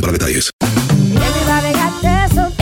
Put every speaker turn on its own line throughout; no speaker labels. para detalles.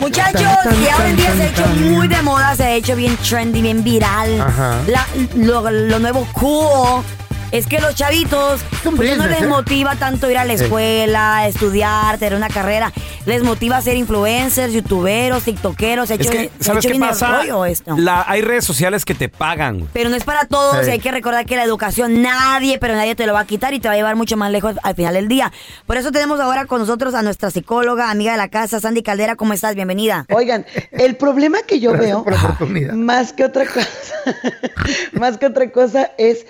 Muchachos,
Tan,
y ahora en día
tan,
se ha
tan,
hecho
tan.
muy de moda, se ha hecho bien trendy, bien viral.
Ajá.
La- lo, lo nuevo cool es que los chavitos
un
pues, ya no
business,
les
¿eh?
motiva tanto ir a la
Sí.
escuela, estudiar, tener una carrera. Les motiva a ser influencers, youtuberos, tiktokeros. Se ha
Es
hecho,
que,
se ha
¿sabes
hecho
qué
bien el
pasa?
rollo esto.
La, hay redes sociales que te pagan. güey.
Pero no es para todos,
Sí.
y hay que recordar que la educación nadie, pero nadie te lo va a quitar y te va a llevar mucho más lejos al final del día. Por eso tenemos ahora con nosotros a nuestra psicóloga, amiga de la casa, Sandy Caldera. ¿Cómo estás? Bienvenida.
Oigan, el problema que yo
Gracias
veo,
por la oportunidad.
más que otra cosa, más que otra cosa, es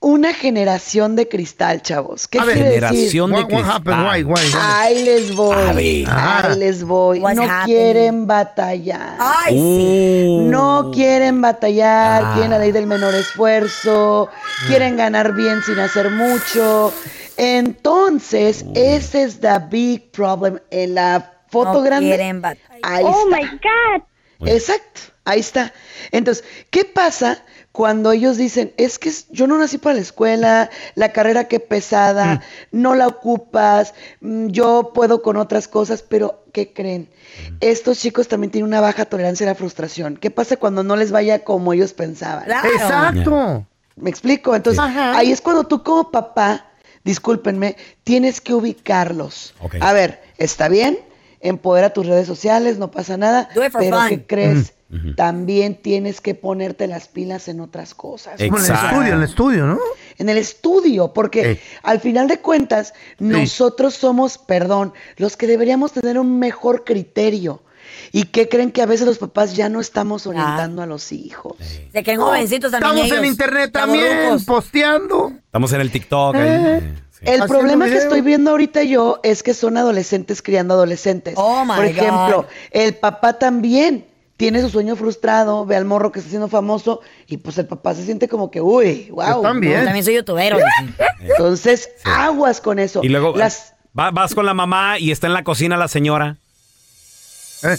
una generación de cristal, chavos. ¿Qué
A ver,
quiere decir?
generación de
What, what
cristal.
happened? Why, why?
Ahí les voy.
A ver.
Ah.
Ahí les voy.
What's
no
happening?
quieren batallar.
Ay,
Uh.
No quieren batallar,
Ah.
quieren la ley del menor esfuerzo, quieren ganar bien sin hacer mucho. Entonces, ese es the big problem en la foto
No
grande.
quieren batallar. Oh,
Ahí está. Exacto, ahí está. Entonces, ¿qué pasa cuando ellos dicen, es que es- yo no nací para la escuela, la carrera que pesada, no la ocupas, mm, yo puedo con otras cosas, pero ¿qué creen? Estos chicos también tienen una baja tolerancia a la frustración. ¿Qué pasa cuando no les vaya como ellos pensaban?
claro.
Exacto.
¿Me explico? Entonces,
Ajá.
ahí es cuando tú como papá, discúlpenme, tienes que ubicarlos.
Ok.
A ver, está bien, empodera tus redes sociales, no pasa nada,
Do it for
pero
fun.
¿qué crees? También tienes que ponerte las pilas en otras cosas.
Ex-
Como en el
Exacto.
estudio, en el estudio, ¿no?
En el estudio, porque
Ey.
al final de cuentas, nosotros somos, perdón, los que deberíamos tener un mejor criterio. ¿Y qué creen que a veces los papás ya no estamos orientando a los hijos?
Se creen jovencitos también
Estamos en
ellos,
internet
chavorrucos.
también, posteando.
Estamos en el TikTok. ahí. Sí.
El
Haciendo
problema que
video.
estoy viendo ahorita yo es que son adolescentes criando adolescentes.
Oh, my
Por ejemplo,
God.
el papá también tiene su sueño frustrado, ve al morro que está siendo famoso y pues el papá se siente como que, uy, wow.
también.
Yo también soy youtubero. dicen.
Entonces, aguas con eso.
Y luego
eh, Las-
va- vas con la mamá y está en la cocina la señora.
Eh,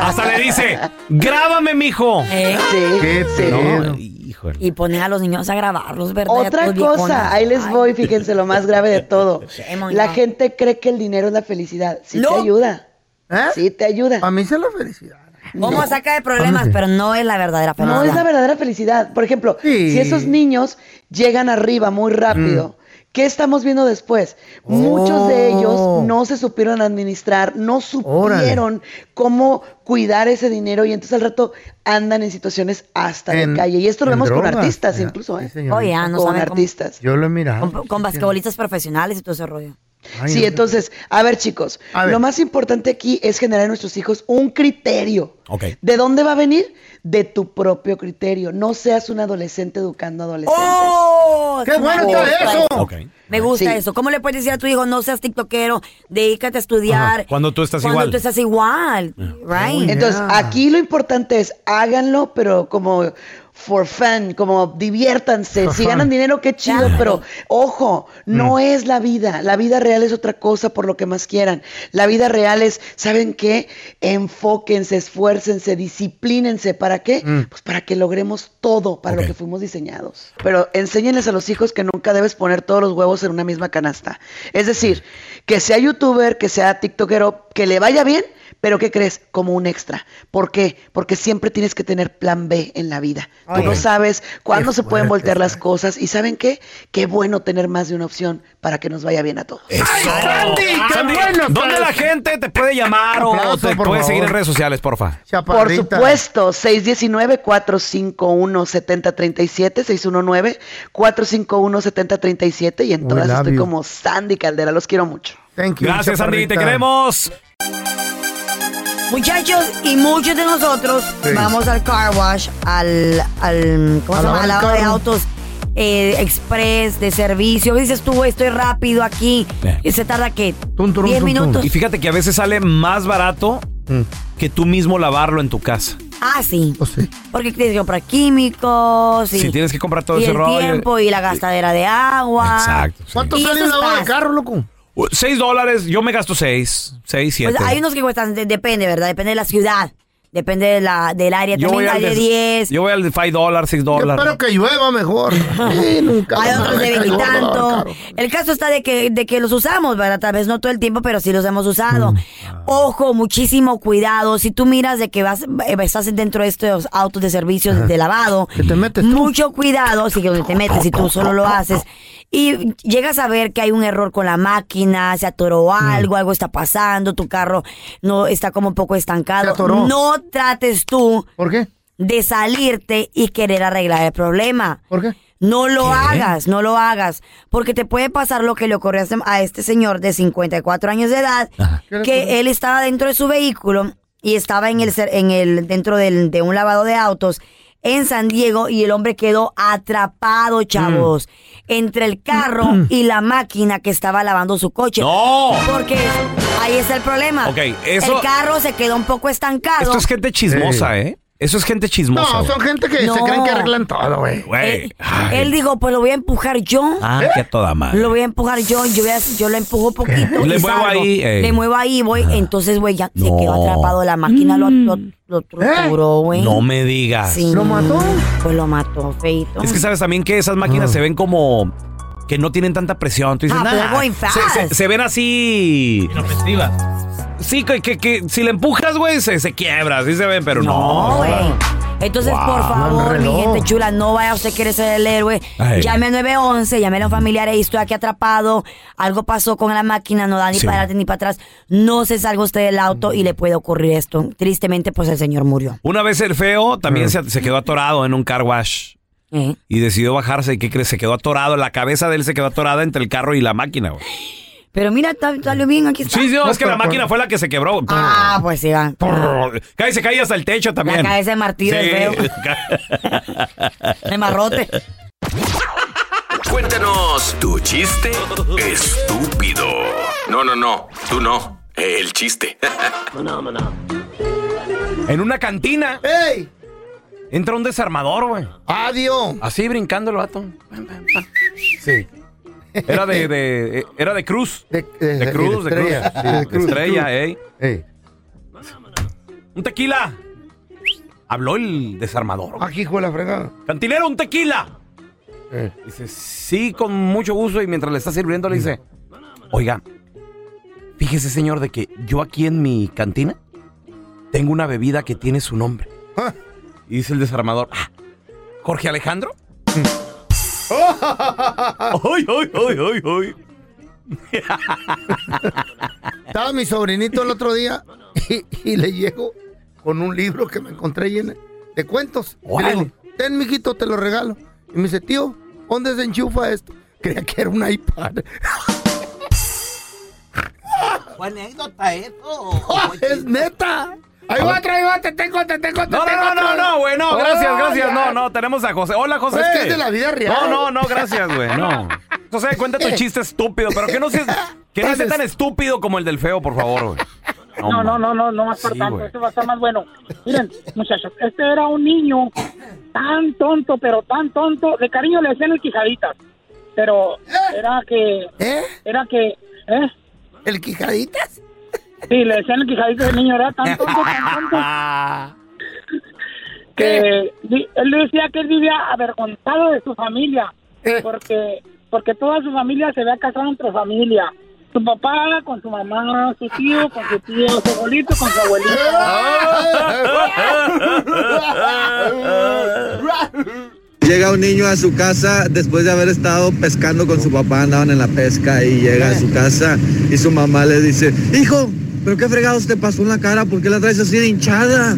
Hasta le dice, grábame, mijo.
Eh,
Sí,
qué
sí.
pedo.
No, híjole.
Y poner a los niños a grabarlos, ¿verdad?
Otra
Todos viejones.
cosa, ahí les
Ay,
voy, fíjense lo más grave de todo.
Shame on
La
you.
gente cree que el dinero es la felicidad. Sí
No.
te ayuda.
¿Eh?
Sí te ayuda.
A mí se la felicidad.
¿Cómo saca de problemas?
Ándale.
Pero no es la verdadera felicidad.
No es la verdadera felicidad. Por ejemplo,
Sí. Mm.
si esos niños llegan arriba muy rápido, ¿qué estamos viendo después? Muchos de
Oh.
ellos no se supieron administrar, no supieron cómo cuidar ese dinero y entonces al rato andan en situaciones hasta
En-
de calle. Y esto lo
en
vemos
drogas.
con artistas
Ajá,
incluso,
sí,
¿eh?
señorita.
Oh, ya, no
con
saben cómo-
artistas.
Yo lo he mirado.
Con, con basquetbolistas profesionales y todo ese rollo.
Ay,
Sí,
no.
entonces, a ver chicos,
A ver.
lo más importante aquí es generar en nuestros hijos un criterio.
Ok.
¿De dónde va a venir? De tu propio criterio. No seas un adolescente educando adolescentes.
¡Oh!
¡Qué bueno
me
está
gusta
eso!
Ok.
Me gusta
Sí.
eso. ¿Cómo le puedes decir a tu hijo, no seas tiktokero, dedícate a estudiar?
Ajá. Cuando tú estás igual.
Cuando tú estás igual. Right.
Entonces, ah,
Yeah.
aquí lo importante es háganlo, pero como for fun, como diviértanse. Si
Ajá.
ganan dinero, qué chido,
Claro.
pero ojo, no es la vida. La vida real es otra cosa, por lo que más quieran. La vida real es, ¿saben qué? Enfóquense, esfuércense, disciplínense. ¿Para qué? Pues para que logremos todo para
Ok.
lo que fuimos diseñados. Pero enséñenles a los hijos que nunca debes poner todos los huevos en una misma canasta. Es decir, que sea youtuber, que sea tiktokero, que le vaya bien, pero ¿qué crees? Como un extra. ¿Por qué? Porque siempre tienes que tener plan B en la vida. Tú
Ay.
no sabes cuándo se pueden
fuerte
voltear las
está.
cosas. ¿Y saben qué? Qué bueno tener más de una opción para que nos vaya bien a todos.
Sandy, qué
Sandy,
bueno
¿Dónde
estás.
la gente te puede llamar o
Aplauso,
te
por
puede
favor.
seguir en redes sociales, porfa?
Por
Chaparrita.
supuesto, 619-451-7037, 619-451-7037 y en
We
todas
love
estoy
you.
como Sandy Caldera, los quiero mucho.
Thank you,
Gracias, Sandy, te
chaparrita.
queremos.
Muchachos, y muchos de nosotros
Sí.
vamos al car wash, al, al ¿cómo
A
se llama?
lavar
A
el
lavado de
carro.
autos eh, express, de servicio. Dices tú, estoy rápido aquí.
Eh.
Y se tarda, ¿qué?
Tun, turun,
10
tun,
minutos.
Y fíjate que a veces sale más barato
Mm.
que tú mismo lavarlo en tu casa.
Ah, sí.
Pues sí.
Porque tienes que comprar químicos. Y,
Si tienes que comprar todo
y
ese
el
rollo.
tiempo y la gastadera de agua.
Exacto. sí.
¿Cuánto
Y
sale
esos
una hora de
pas-
carro, loco?
Uh, Seis dólares, yo me gasto seis, seis, siete.
Pues hay unos que cuestan, de- depende, ¿verdad? Depende de la ciudad. Depende de la, del área.
yo voy,
También hay
al
de
de,
10.
yo voy al de five dólares, seis
Yo
dólares.
espero que llueva mejor. Sí, nunca.
Hay otros de veintitanto.
tanto.
El caso está de que, de que los usamos, ¿verdad? Tal vez no todo el tiempo, pero sí los hemos usado.
Mm.
Ojo, muchísimo cuidado. Si tú miras de que vas, eh, estás dentro de estos autos de servicios de lavado,
Que te metes tú.
mucho cuidado si que te metes, si tú solo lo haces. Y llegas a ver que hay un error con la máquina, se atoró
Mm.
algo, algo está pasando, tu carro no está como un poco estancado.
Se atoró.
No trates tú
¿Por qué?
de salirte y querer arreglar el problema.
¿Por qué?
No lo hagas, no lo hagas, porque te puede pasar lo que le ocurrió a este- a este señor de 54 años de edad,
¿Qué le ocurrió?
que él estaba dentro de su vehículo y estaba en el, cer- en el dentro del- de un lavado de autos en San Diego y el hombre quedó atrapado,
Mm.
chavos, entre el carro y la máquina que estaba lavando su coche.
¡No!
Porque ahí está el problema.
Ok, eso-
El carro se quedó un poco estancado.
Esto es gente chismosa, ¿eh? Eso es gente chismosa.
No,
güey.
son gente que se
No.
creen que arreglan todo, güey.
Güey,
Él,
ay.
él dijo, pues lo voy a empujar yo.
Ah, que a toda madre.
Lo voy a empujar yo, yo, voy a- yo le empujo poquito.
Le
y
muevo
salgo.
ahí, ey.
Le muevo ahí, voy. Entonces, güey, ya se
No. Eh.
quedó atrapado. La máquina lo, lo, lo torturó, güey.
No me digas.
Sí.
Mm. ¿Lo mató?
Pues lo mató, feito. Ah,
Es que sabes también que esas máquinas se ven como que no tienen tanta presión. Tú dices,
Ah, pero
"Nah".
going fast.
Se, se- se ven así. Sí, que, que- que si le empujas, güey, se, se quiebra. Así se ven, pero no.
No, güey. Entonces, por favor, mi
reloj.
gente chula, no vaya usted quiere ser el héroe.
Ay.
Llame al 911, llame a un familiar, ahí estoy aquí atrapado, algo pasó con la máquina, no da ni
Sí.
para adelante ni para atrás. No se salga usted del auto y le puede ocurrir esto. Tristemente, pues el señor murió.
Una vez el feo también se, se quedó atorado en un car wash
¿Eh?
y decidió bajarse. ¿Y qué crees? Se quedó atorado. La cabeza de él se quedó atorada entre el carro y la máquina, güey.
Pero mira, tal- salió bien, aquí está.
Sí, sí, no, es que la máquina fue la que se quebró.
Ah, pues sí, va.
Prr. Cae, se cae hasta el techo también.
La cabeza de martillo
Sí.
del feo. De marrote.
Cuéntanos tu chiste estúpido. No, no, no. Tú no. El chiste.
en una cantina
¡Ey!
entra un desarmador, güey.
¡Adiós!
Así brincando el vato.
Sí.
Era de, de- eh, era de cruz.
De, de-
De cruz, de cruz.
estrella,
Sí,
sí, de cruz, de
estrella,
cruz.
ey.
Ey,
Un tequila. Habló el desarmador. güey.
Aquí fue Ah, la fregada.
Cantinero, un tequila.
Eh.
Dice, sí, con mucho gusto. Y mientras le está sirviendo, le dice, oiga, fíjese, señor, de que yo aquí en mi cantina tengo una bebida que tiene su nombre.
Ah.
Y dice el desarmador, "Ah, ¿Jorge Alejandro?
Mm.
¡Ay, ay, ay, ay, ay!
Estaba mi sobrinito el otro día y, y le llego con un libro que me encontré lleno de cuentos. Y le digo, ten, mijito, te lo regalo. Y me dice, tío, ¿dónde se enchufa esto? Creía que era un iPad.
¿Fue anécdota eso?
¡Es Pues, neta! Ahí va otra, ahí va, te tengo, te tengo, te
No,
tengo.
no, no, no,
otra.
no, güey, no, gracias,
Oh,
gracias,
ya. Pues
no, no, tenemos a José. Hola, José.
Es que es de la vida real.
No, no, no, gracias, güey, no. José, cuenta tu chiste estúpido, pero que no seas, que no sea tan estúpido como el del feo, por favor, güey.
No, no, no, no, no más por
Sí,
tanto,
güey.
este va a estar más bueno. Miren, muchachos, este era un niño tan tonto, pero tan tonto, de cariño le decían el quijaditas, pero era que,
¿Eh?
era que, ¿eh?
¿El Quijaditas?
Sí, le decían el quijaditas, el niño era tan tonto, tan tonto,
Ah,
que di- él decía que él vivía avergonzado de su familia,
Eh.
porque porque toda su familia se había casado entre familia. Su papá con su mamá, su tío con su tío, su abuelito con su abuelito.
Llega un niño a su casa después de haber estado pescando con su papá, andaban en la pesca y llega a su casa y su mamá le dice, hijo, pero qué fregados te pasó en la cara, ¿por qué la traes así de hinchada?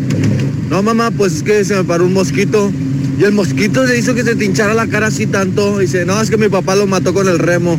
No mamá, pues es que se me paró un mosquito y el mosquito le hizo que se te hinchara la cara así tanto. Dice, no, es que mi papá lo mató con el remo.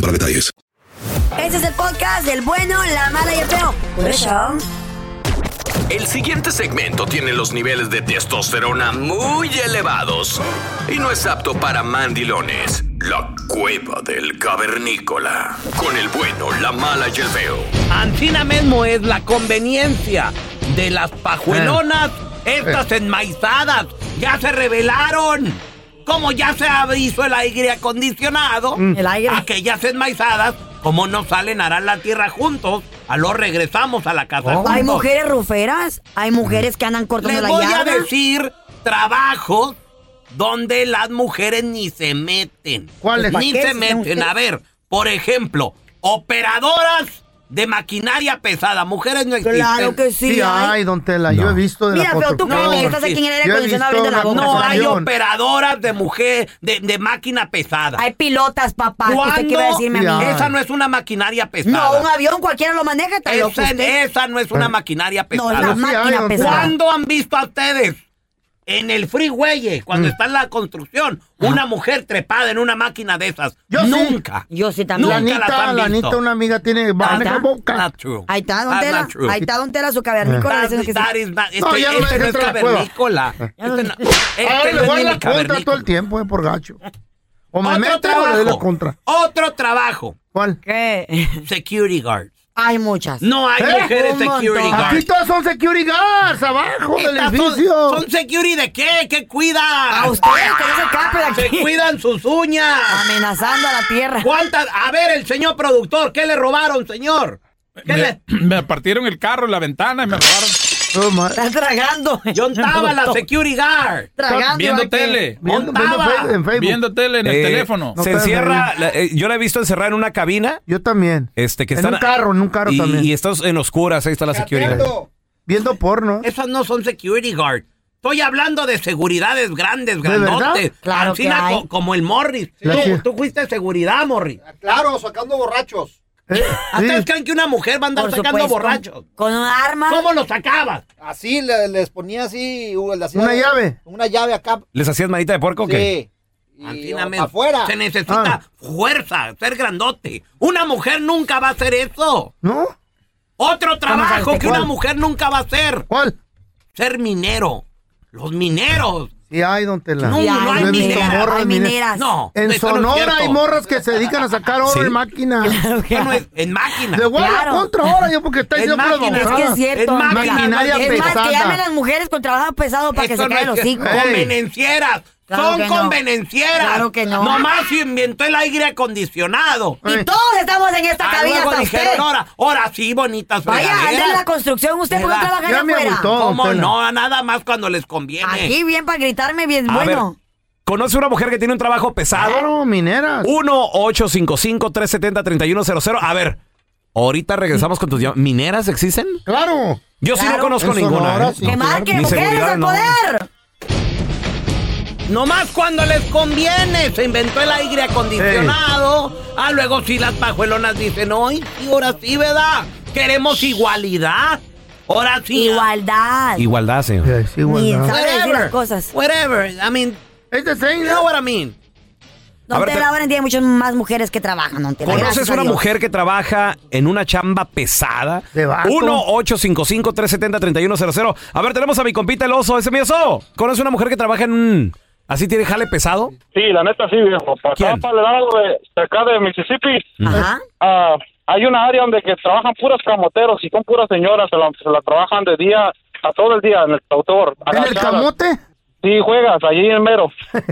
para detalles.
Este es el podcast del bueno, la mala y el feo. Por eso.
El siguiente segmento tiene los niveles de testosterona muy elevados y no es apto para mandilones. La cueva del cavernícola. Con el bueno, la mala y el feo.
Antina mismo es la conveniencia de las pajuelonas, estas enmaizadas, ya se revelaron. Como ya se hizo el aire acondicionado,
El aire.
aquellas enmaizadas, como no salen harán la tierra juntos, a lo regresamos a la casa juntos.
Hay mujeres ruferas, hay mujeres que andan cortando
Les
la
voy a
yarda.
decir trabajos donde las mujeres ni se meten.
¿Cuáles?
Ni
¿Para qué
se
se
meten.
meten?
A ver, por ejemplo, operadoras de maquinaria pesada. Mujeres no existen.
Claro que sí.
Sí,
hay.
ay, don Tela, yo he visto de
Mira,
la
feo, tú
construcción.
créeme que estás aquí en el aire
Yo he
acondicionado
visto
abriendo la boca.
No hay
construcción.
operadoras de mujer, de, de máquina pesada.
Hay pilotas, papá. ¿Qué usted qué iba a decirme a mí?
Ya.
Esa no es una maquinaria pesada.
No, un avión cualquiera lo maneja, está loco
esa,
usted.
esa no es una maquinaria
No,
pesada.
la
Sí, hay,
máquina
don
pesada.
¿Cuándo han visto a ustedes en el freeway, eh,
Mm.
cuando está en la construcción, una mujer trepada en una máquina de esas?
Yo sí.
Nunca.
Yo sí también.
La
Nunca las
Anita,
han
la
visto.
Anita, una amiga, tiene maneja
está.
boca.
Not true.
Ahí está, don
That's
Tela.
Ah, not true.
Ahí está, don Tela, su cavernícola.
That-
diciendo que sí.
that is not-
No,
este-
ya
este
no me
no es
dejes entrar a la cueva.
cavernícola. Este no- este
Ahora
no
le
es
voy a
ni
la contra todo
cavernícola.
el tiempo, eh, por gacho. O me
Otro
mete o le doy la
trabajo.
contra.
Otro trabajo.
¿Cuál?
¿Qué?
Security guards.
Hay muchas.
No hay
¿Eh?
mujeres
Un montón.
security
Aquí
guards.
todas son security guards, abajo del
Estas son,
edificio.
son security de qué? ¿Qué cuidan?
A usted, que no se escape de
Ah. Se
aquí.
cuidan sus uñas.
Amenazando a la tierra.
¿Cuántas? A ver, el señor productor, ¿qué le robaron, señor? ¿Qué le-
Me partieron el carro y la ventana y me robaron.
Oh, ma-
Está tragando.
Yo estaba la security guard.
Tragando.
Viendo
aquí.
tele.
Viendo, viendo
Montaba.
fe- en Facebook. Eh,
Viendo tele en el teléfono.
No, espérame,
yo Eh, la he visto encerrada en una cabina.
Yo también.
Este, que
en
están-
un carro, en un carro también.
estás en oscuras, ahí está la security guard.
Viendo porno.
Esas no son security guard. Estoy hablando de seguridades grandes, grandotes.
verdad?
Claro
Así na-
que hay.
co- como el Morris.
La
Tú,
que-
tú fuiste seguridad, Morris.
Claro, sacando borrachos.
Eh,
¿Ustedes
sí.
creen que una mujer va a andar
Por
sacando
supuesto.
borrachos?
Con un arma.
¿Cómo lo sacabas?
Así les ponía así.
Una llave.
Una llave acá.
¿Les hacías manita de puerco
Sí.
Así nada
o-
menos.
afuera.
Se necesita
Ah.
fuerza, ser grandote. Una mujer nunca va a hacer eso.
¿No?
Otro
este
trabajo que
¿cuál?
una mujer nunca va a hacer.
¿Cuál?
Ser minero. Los mineros.
Sí hay, don Tela.
No, no hay
Yo he visto
mineras,
morras
hay
mineras.
mineras. No,
En
eso no es
Sonora
cierto.
hay morras que se dedican a sacar oro
Sí.
en máquina.
que no es- en máquina.
Le voy a dar
Claro.
contra ahora yo porque está
En
diciendo puras
máquina, es que
bobadas.
es cierto, en máquina,
Maquinaria
es
Es más, que llamen a
pesada.
las mujeres con trabajo pesado para que
Eso
se
no
caigan
es
los
cierto.
hijos.
Convenencieras.
Claro que
Son
no.
convenencieras.
Claro que no. Ah.
Nomás se inventó el aire acondicionado.
Y todos estamos en esta
Ah,
cabina
luego
hasta
dijeron,
usted.
ahora, ahora sí, bonitas
Vaya, anda en la construcción usted, ¿por qué no trabaja allá afuera?
¿Cómo no? Nada más cuando les conviene.
Aquí bien para gritarme bien
A
bueno.
ver, ¿Conoce una mujer que tiene un trabajo pesado? Claro,
mineras.
1-855-370-3100. A ver, ahorita regresamos con tus llamadas. ¿Mineras existen?
Claro.
Yo sí no
Claro.
conozco
En
ninguna.
Sonora
¿eh?
sí. Que marquen,
Ni
mujeres
seguridad,
al
no.
poder.
Nomás cuando les conviene. Se inventó el aire acondicionado. Ah, luego sí las pajuelonas dicen, hoy y ahora sí, ¿verdad? Queremos igualdad. Ahora sí. ah.
Igualdad.
Igualdad, señor.
Ni sabe decir las cosas.
Whatever, I mean.
Este Es the same.
You know what I mean.
A
Don
ver,
Tela,
te-
ahora en día hay muchas más mujeres que trabajan, don Tela.
¿Conoces
gracias a
una
Dios.
mujer que trabaja en una chamba pesada?
vato.
1-855-370-3100. A ver, tenemos a mi compita el oso. Ese es mi oso. ¿Conoces una mujer que trabaja en un... ¿Así tiene jale pesado?
Sí, la neta sí, viejo. Para acá,
¿Quién?
para el lado de, de acá de Mississippi, ah, hay una área donde que trabajan puras camoteros y son puras señoras, se la, se la trabajan de día a todo el día en el tractor. ¿En el
camote?
Sí, juegas, allí en mero.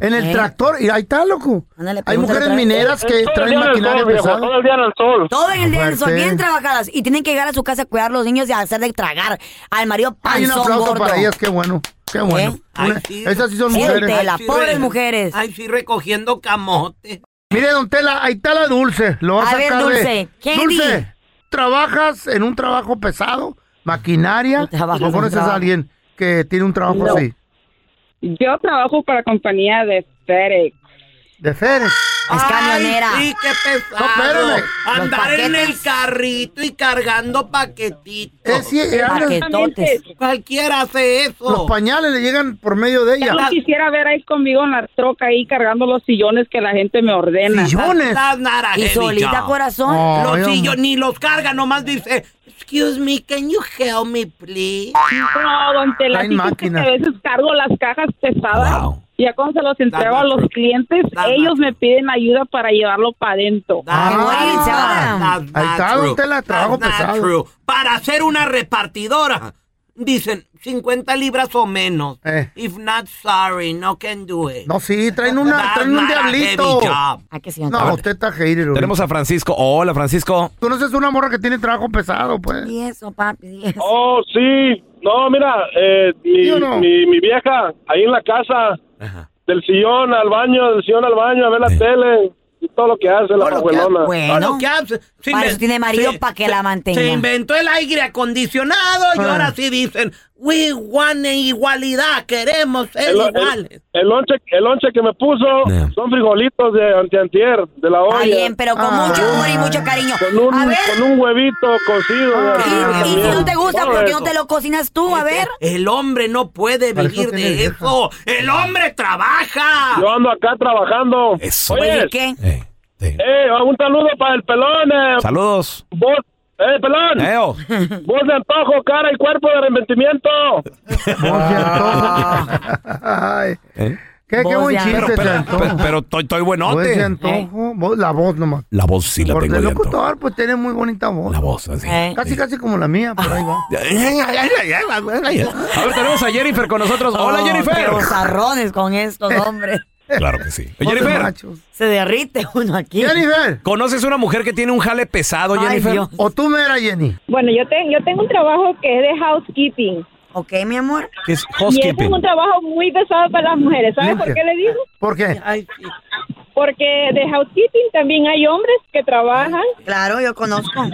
En el tractor. Y ahí está, loco. Hay mujeres mineras que
Todo el
traen
día en el
maquinaria
sol, viejo,
pesada.
todo el día en el sol.
Todo el día son
Fuerte.
bien trabajadas y tienen que llegar a su casa a cuidar a los niños y a hacer de tragar al marido
Hay un
panzón
aplauso
gordo.
para ellas, qué bueno. Qué bueno.
¿Eh? Ay,
Una-
sí.
Esas sí son
Sí,
mujeres.
Tela, pobres
mujeres.
Ay, sí, recogiendo camote.
Mire, don Tela, ahí está la dulce. Lo va a,
A ver,
sacar de-
Dulce, ¿qué di?
dulce, trabajas en un trabajo pesado, maquinaria.
trabajas
¿O
en un
conoces
trabajo.
a alguien que tiene un trabajo
No.
así?
Yo trabajo para compañía de FedEx.
De Férez.
Es camionera.
Ay, sí, qué pesado.
No, espérame.
Andar
Los
en
paquetes.
el carrito y cargando paquetitos.
Es sí, eh, andas- Paquetotes.
Cualquiera hace eso.
Oh.
Los pañales le llegan por medio de ella.
Yo no quisiera ver ahí conmigo en la troca ahí cargando los sillones que la gente me ordena.
Las- Las naranjas.
No,
los
yo-
sillos ni los carga, nomás dice, excuse me, can you help me, please?
No, don Tela, sí, porque a veces cargo las cajas pesadas. Y ya cuando se los entrego a los clientes, ellos me piden ayuda para llevarlo para adentro.
Ah,
Ahí
está, don Tela, trabajo pesado.
Para hacer una repartidora, dicen 50 libras o menos.
Eh.
If not, sorry, no can do it.
No, sí, traen, una,
Ah,
That's
traen un
not a
diablito.
heavy job.
A
No,
ver,
usted está hater. güey.
Tenemos a Francisco. Hola, Francisco.
¿Conoces una morra que tiene trabajo pesado, pues?
Y eso, papi.
Oh, sí. No, mira, eh, mi,
¿Sí o no?
mi, mi vieja, ahí en la casa, del sillón al baño, del sillón al baño, a ver la tele, y todo lo que hace la pajuelona.
Bueno, ¿qué hace? Se
Para
inven-
eso tiene marido
se-
para que
se-
la mantenga.
Se inventó el aire acondicionado y
Ah.
ahora sí dicen, we want igualdad, queremos ser
El,
iguales.
el, el lonche, el lonche que me puso son frijolitos de antiantier, de la olla.
Está bien, pero con mucho amor y mucho cariño.
Con un,
a ver,
con un huevito cocido.
Ah.
y si no te gusta, ¿por qué no te lo cocinas tú? A ver.
El hombre no puede vivir de eso. El hombre trabaja.
Yo ando acá trabajando.
Oye,
¿qué?
Eh, un saludo para el pelón. eh.
Saludos.
Voz, eh, pelón. Voz de antojo, cara y cuerpo de reventimiento.
Ay.
¿Eh?
Qué, qué
Voz
buen
de
chiste,
Pero, pero,
Santo.
pero, pero estoy, estoy
Voz
buenote.
de antojo, voz- la voz nomás.
La voz sí la
Porque
tengo
el
de antojo.
locutor, pues tiene muy bonita voz. La
voz, así.
Eh.
Casi, casi como la mía, pero ahí va.
A ver, tenemos a Jennifer con nosotros. Hola,
Oh,
Jennifer.
qué bozarrones con estos hombres.
Claro que sí. Jennifer,
Se derrite uno aquí.
Jennifer.
¿conoces una mujer que tiene un jale pesado, Jennifer?
o tú me eras Jenny.
Bueno, yo, te- yo tengo un trabajo que es de housekeeping.
Ok, mi amor.
¿Qué es
Y ese es un trabajo muy pesado para las mujeres. ¿Sabes por qué le digo?
¿Por qué?
Porque de housekeeping también hay hombres que trabajan.
Claro, yo conozco.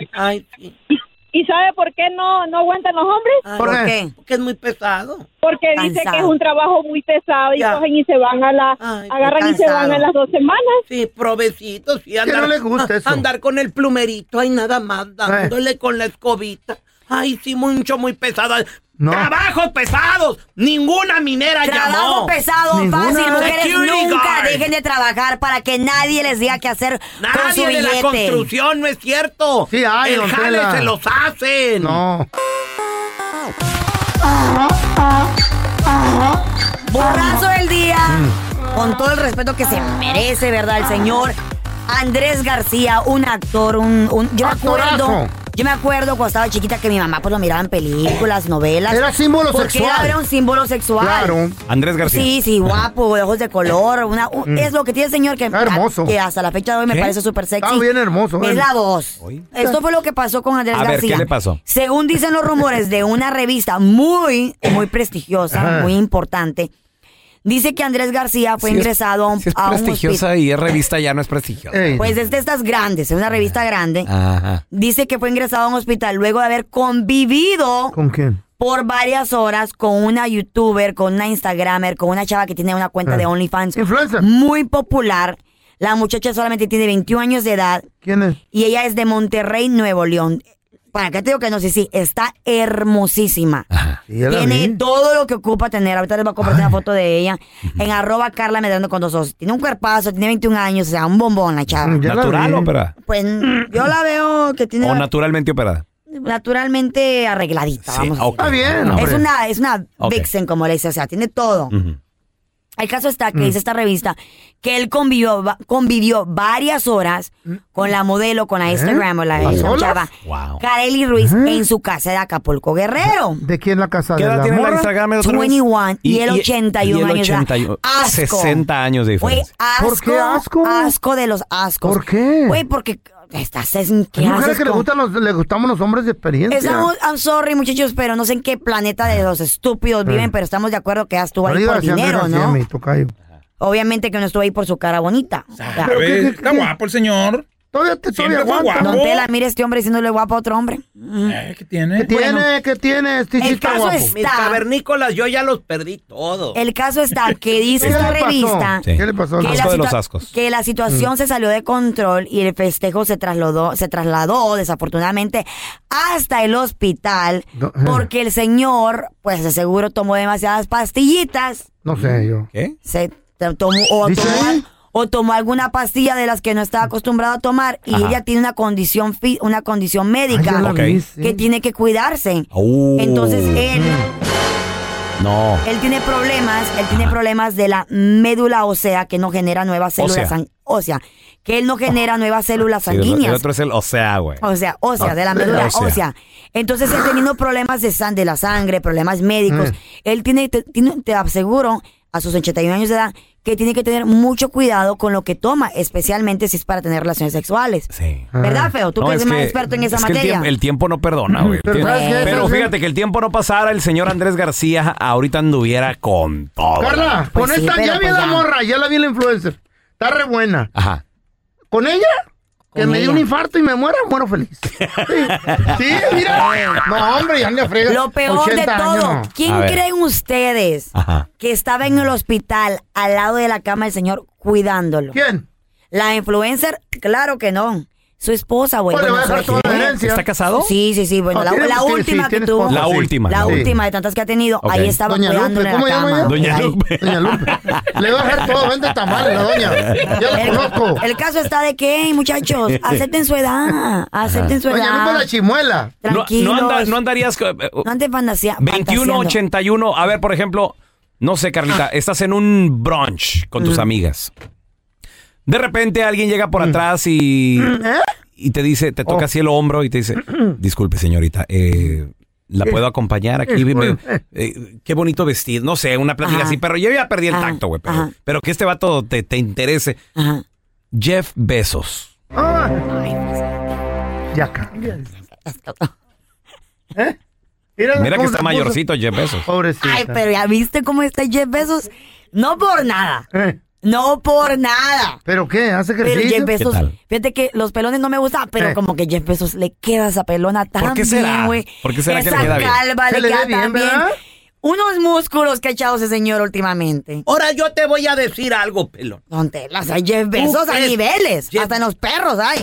¿Y, y sabe por qué no, no aguantan los hombres?
Ah, ¿Por ¿por qué? qué?
Porque es muy pesado.
Porque dice
Cansado.
que es un trabajo muy pesado y
Ya.
cogen y se van a la... agarran y se
cansado.
van a las dos semanas.
Sí, provecitos. Y andar,
no les gusta
a-
eso?
Andar con el
Eh.
plumerito, ay, nada más, dándole con la escobita. Ay, sí, mucho, muy pesado. Trabajos pesados. Ninguna minera
Trabajo
llamó.
pesado,
Ninguna.
fácil. Mujeres
Security
nunca
guard.
dejen de trabajar para que nadie les diga qué hacer con su
Nadie de la
billete.
construcción, no es cierto. Sí,
hay,
El
don
jale
Tela.
se los hacen.
No.
Borrazo del día. Con todo el respeto que se merece, ¿verdad? El señor Andrés García, un actor, un. un- yo me acuerdo.
Actorazo.
Yo me acuerdo cuando estaba chiquita que mi mamá pues lo miraba en películas, novelas.
Era símbolo
porque
sexual.
Era un símbolo sexual.
Claro.
Andrés García.
Sí, sí, guapo, de ojos de color. Una, un-
Mm.
Es lo que tiene el señor que,
hermoso.
que hasta la fecha de hoy me
¿Qué?
parece súper sexy.
Está bien hermoso,
Es
él.
la voz. Esto fue lo que pasó con Andrés
A ver,
García.
¿qué le pasó?
Según dicen los rumores de una revista muy, muy prestigiosa,
Ajá.
muy importante, dice que Andrés García fue
Sí es-
ingresado a un,
sí es
a un
prestigiosa
hospital.
y es revista, ya no es prestigiosa.
Pues es de estas grandes, es una revista grande.
Ah. Ajá.
Dice que fue ingresado a un hospital luego de haber convivido
¿Con quién?
por varias horas con una youtuber, con una instagramer, con una chava que tiene una cuenta
Ah.
de OnlyFans muy popular. La muchacha solamente tiene 21 años de edad
¿Quién es?
y ella es de Monterrey, Nuevo León. ¿Para qué te digo que no sé si está hermosísima?
Sí, era
Tiene
bien.
todo lo que ocupa tener. Ahorita les voy a compartir una foto de ella en arroba Carla Medrano con dos ojos. Tiene un cuerpazo, tiene 21 años, o sea, un bombón la
Mm,
chava.
Ya la ¿Natural vi. o operada?
Pues yo la veo que tiene
O naturalmente operada.
naturalmente arregladita.
Sí,
vamos a
ok. Ah,
decir.
Está bien,
Es
hombre.
una, es una
Ok.
vixen, como le dice, o sea, tiene todo. El caso está que
Mm.
dice esta revista que él convivió, va- convivió varias horas
Mm.
con la modelo,
¿Eh?
con la Instagram o la
¿A
la
solas?
chava,
Wow.
Kareli Ruiz,
¿Eh?
en su casa de Acapulco Guerrero.
¿De quién la casa?
¿Qué
de
edad
la
tiene la
morra?
Instagramer otra vez? 21 y el 81
y el
años de edad.
81,
Asco.
60 años de
Güey,
diferencia.
asco,
¿Por qué asco?
Asco de los ascos. ¿Por qué? Güey, porque estás en
Hay mujeres que le, gustan los, le gustamos los hombres de experiencia.
Estamos, I'm sorry, muchachos, pero no sé en qué planeta de los estúpidos viven, pero estamos de acuerdo que ella estuvo
No
ahí
digas
por
así, Andrés
dinero,
García,
¿no?
mi tocayo.
Obviamente que no estuvo ahí por su cara bonita. O sea,
A ver, está guapo el señor.
Todavía te
Siempre fue guapo.
Don Tela, mire este hombre diciéndole guapo a otro hombre.
¿Qué tiene?
¿Qué tiene? ¿Qué tiene? Este sí
El
está
caso
guapo.
está-
Mis cavernícolas, yo ya los perdí todos.
El caso está que dice
¿Qué
esta
le pasó?
revista
Sí. ¿Qué le pasó?
que, la
Asco de los
situa-
ascos.
que la situación
Mm.
se salió de control y el festejo se trasladó, se trasladó desafortunadamente hasta el hospital
eh.
porque el señor, pues de seguro tomó demasiadas pastillitas.
No sé yo.
¿Qué?
se to- tomó o tomó, al- o tomó alguna pastilla de las que no estaba acostumbrado a tomar y
Ajá.
ella tiene una condición fi- una condición médica
Ay, ya la vi, sí.
que tiene que cuidarse.
Uh.
Entonces él
No.
él tiene problemas, él tiene problemas de la médula ósea que no genera nuevas
Ósea. Ah.
células sanguíneas. Ósea, que él no genera nuevas células
Sí, el, el
sanguíneas. Oh.
otro es el Osea, güey.
O sea, ósea,
Ah,
de la
sí.
médula
Ósea.
ósea. Entonces, él teniendo problemas de, san, de la sangre, problemas médicos,
Mm.
él tiene, te, tiene- te aseguro, a sus 81 años de edad, que tiene que tener mucho cuidado con lo que toma, especialmente si es para tener relaciones sexuales. ¿Verdad, Feo?
Ah.
Tú
No,
que eres
es
más
que-
experto en esa
es que el
materia.
tiemp- el tiempo no perdona, güey.
Pero
Tiene-
¿sabes qué?
Pero
¿sabes qué?
fíjate que el tiempo no pasara, el señor Andrés García ahorita anduviera con todo.
Carla,
Pues
con
sí,
esta
pero
ya vi
pues
a la
ya.
morra, ya la vi la influencer. Está re buena.
Ajá.
Con ella, que
Con
me dio
ella.
un infarto y me muera, muero feliz. Sí, mira. No, hombre, ya anda frega.
Lo peor de
80
todo,
años.
¿quién
A ver.
creen ustedes
Ajá.
que estaba en el hospital al lado de la cama del señor cuidándolo?
¿Quién?
La influencer, claro que no. Su esposa, güey.
Pues le
Bueno,
va a dejar
su-
toda la herencia. ¿Está casado?
Sí, sí, sí. Bueno,
Ah,
la,
tiene-
la
sí,
última
sí,
que
tiene
tuvo.
esposa, La sí. última,
La
sí.
última de tantas que ha tenido.
Ok.
Ahí estaba
Doña
cuidando
Lupe,
en
¿cómo
la
llama
cama.
ella? Doña
Ahí.
Lupe. Doña Lupe. Le va a dejar todo, vende tamales, la doña. Ya la
El-
conozco.
El caso está de que, muchachos, acepten su edad. Acepten su edad.
Doña Lupe la chimuela.
No,
Tranquilos.
no anda- no andarías. co- eh,
No andes fantasea- fantaseando.
2181. A ver, por ejemplo, no sé,
Ah.
Carlita, estás en un brunch con
Mm.
tus
Ujú.
amigas. De repente alguien llega por atrás y,
¿Eh?
y te dice, te
Oh.
toca así el hombro y te dice, disculpe señorita, eh, ¿la
Eh,
puedo acompañar aquí?
eh,
Me- eh, qué bonito vestir, no sé, una plática
Ajá.
así, pero yo ya
Ah,
perdí el tacto, güey, pero, pero que este vato te, te interese. Jeff Bezos.
Ah. Ya cambias. ¿Eh? Mira,
Mira que
cómo
está
se puso.
mayorcito Jeff Bezos.
Pobrecita.
Ay, pero ya viste cómo está Jeff Bezos. No por nada. No por nada.
Eh, ¿Pero qué? ¿Hace
Pero
ejercicio?
Jeff Bezos,
¿Qué tal?
fíjate que los pelones no me gustan, pero
Eh.
como que Jeff Bezos le queda esa pelona tan
qué será?
bien, güey.
¿Por qué será que
esa
le queda bien?
calva
Se
le
le
queda
ve bien,
tan bien.
¿verdad?
Unos músculos que ha echado ese señor últimamente.
Ahora yo te voy a decir algo, pelón.
Don Tela, o sea, Jeff Bezos
Tú
a
crees-
niveles, hasta en los perros hay.